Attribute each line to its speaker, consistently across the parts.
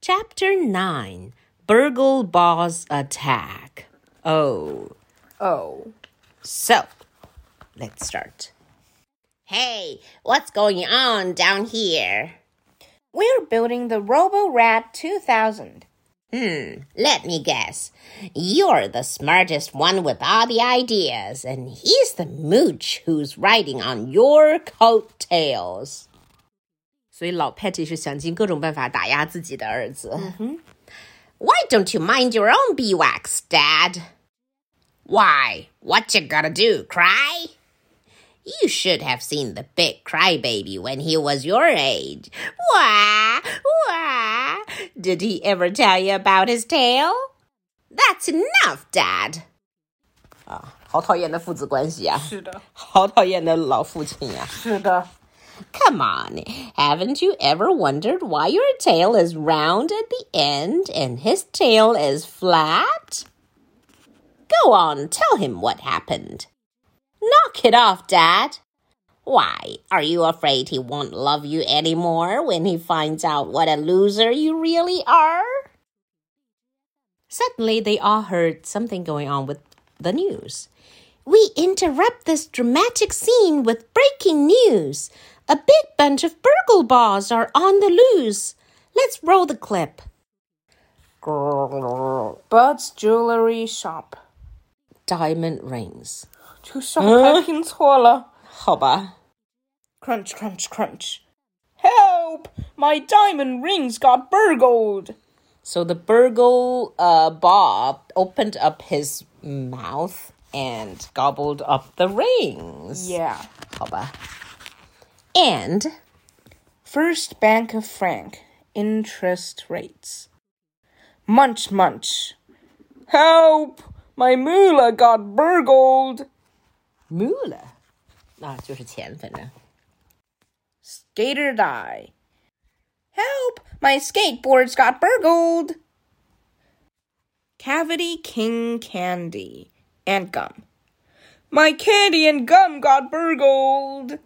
Speaker 1: Chapter 9 Burgle Boss Attack. Oh,
Speaker 2: Oh.
Speaker 1: so let's start. Hey, what's going on down here?
Speaker 2: We're building the Robo Rat 2000.
Speaker 1: Hmm, Let me guess. You're the smartest one with all the ideas, and he's the mooch who's riding on your coattails. 所以老 Patty 是想尽各种办法打压自己的儿子。Why don't you mind your own beeswax, Dad? Why? What you gonna do? Cry? You should have seen the big crybaby when he was your age. Wah, wah. Did he ever tell you about his tail? That's enough, Dad. 啊，好讨厌的父子关系啊！好讨厌的老父亲呀、啊！
Speaker 2: 是的，是的。
Speaker 1: Come on, haven't you ever wondered why your tail is round at the end and his tail is flat? Go on, tell him what happened. Knock it off, Dad. Why, are you afraid he won't love you anymore when he finds out what a loser you really are? Suddenly, they all heard something going on with the news. We interrupt this dramatic scene with breaking news. A big bunch of burgle balls are on the loose. Let's roll the clip.
Speaker 2: Bud's Jewelry Shop
Speaker 1: Diamond rings.
Speaker 2: 这个 shop 还拼错了。
Speaker 1: 好吧。
Speaker 2: Crunch, crunch, crunch. Help! My diamond rings got burgled.
Speaker 1: So the burgle uh, Bob opened up his mouth and gobbled up the rings.
Speaker 2: Yeah.
Speaker 1: 好吧。And
Speaker 2: First Bank of Frank. Interest rates. Munch, munch. Help! My moolah got burgled.
Speaker 1: moolah，那啊就是钱，反正。
Speaker 2: Skater die. Help! My skateboards got burgled. Cavity King candy and gum. My candy and gum got burgled.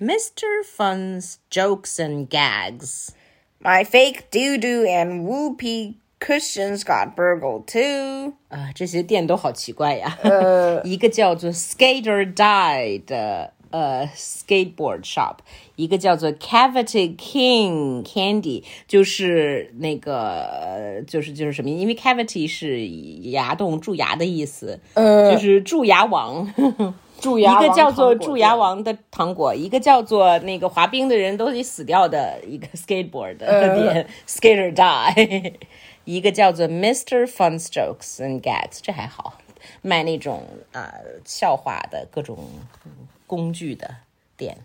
Speaker 1: Mr. Fun's jokes and gags.
Speaker 2: My fake doo doo and whoopee cushions got burgled too.
Speaker 1: 啊，这些店都好奇怪呀！ 一个叫做 Skater Die 的呃 skateboard shop，一个叫做 Cavity King Candy，就是那个呃就是就是什么，因为 cavity 是牙洞、蛀牙的意思，就是蛀牙王。
Speaker 2: 蛀
Speaker 1: 一个叫做蛀牙王的糖果，一个叫做那个滑冰的人都得死掉的一个 skateboard 的点、skater die，一个叫做 Mr. Fun Strokes and Gags，这还好，卖那种啊、呃笑话的各种嗯工具的店。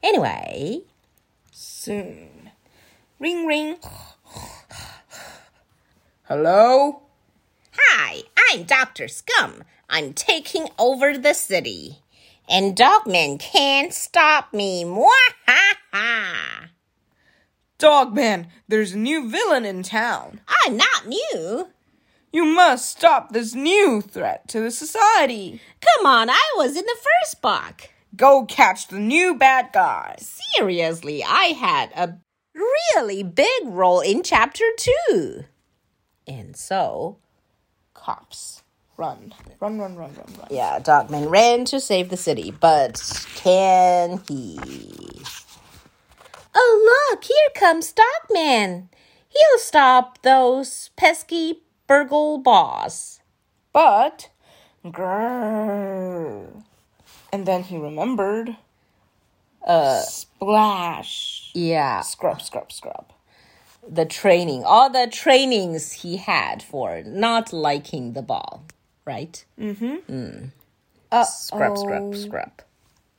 Speaker 1: Anyway，
Speaker 2: soon. Ring ring. Hello?
Speaker 1: Hi, I'm Dr. Scum. I'm taking over the city. And Dogman can't stop me. Mwahaha.
Speaker 2: Dogman, there's a new villain in town.
Speaker 1: I'm not new.
Speaker 2: You must stop this new threat to the society.
Speaker 1: Come on, I was in the first box.
Speaker 2: Go catch the new bad guys.
Speaker 1: Seriously, I had a really big role in chapter two. And so, cops.
Speaker 2: Run, run, run, run, run, run.
Speaker 1: Yeah, Dogman ran to save the city, but can he? Oh, look, here comes Dogman. He'll stop those pesky burgle boss.
Speaker 2: But, grrr. And then he remembered. Uh, splash.
Speaker 1: Yeah.
Speaker 2: Scrub, scrub, scrub.
Speaker 1: the training, all the trainings he had for not liking the ball, right? Mm-hmm. Scrub, scrub, scrub.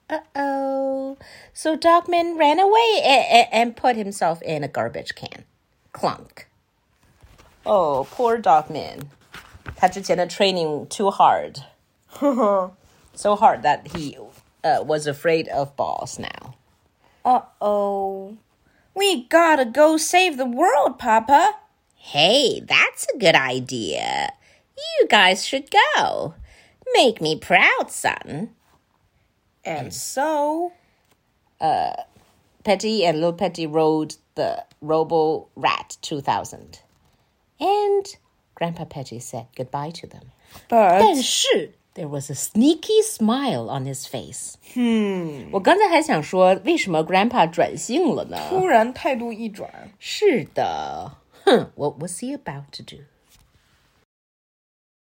Speaker 1: Uh oh. So Dogman ran away and, and put himself in a garbage can. Clunk. Oh, poor Dogman. 他之前的 training too hard. so hard that he uh, was afraid of balls now.
Speaker 2: Uh oh. We gotta go save the world, Papa.
Speaker 1: Hey, that's a good idea. You guys should go. Make me proud, son.
Speaker 2: And so,
Speaker 1: Petty and Little Petty rode the Robo Rat 2000. And Grandpa Petty said goodbye to them.
Speaker 2: But
Speaker 1: 但是 there was a sneaky smile on his face. 嗯，我刚才还想说，为什么 Grandpa 转性了呢？
Speaker 2: 突然态度一转，
Speaker 1: 是的，哼，what was he about to do?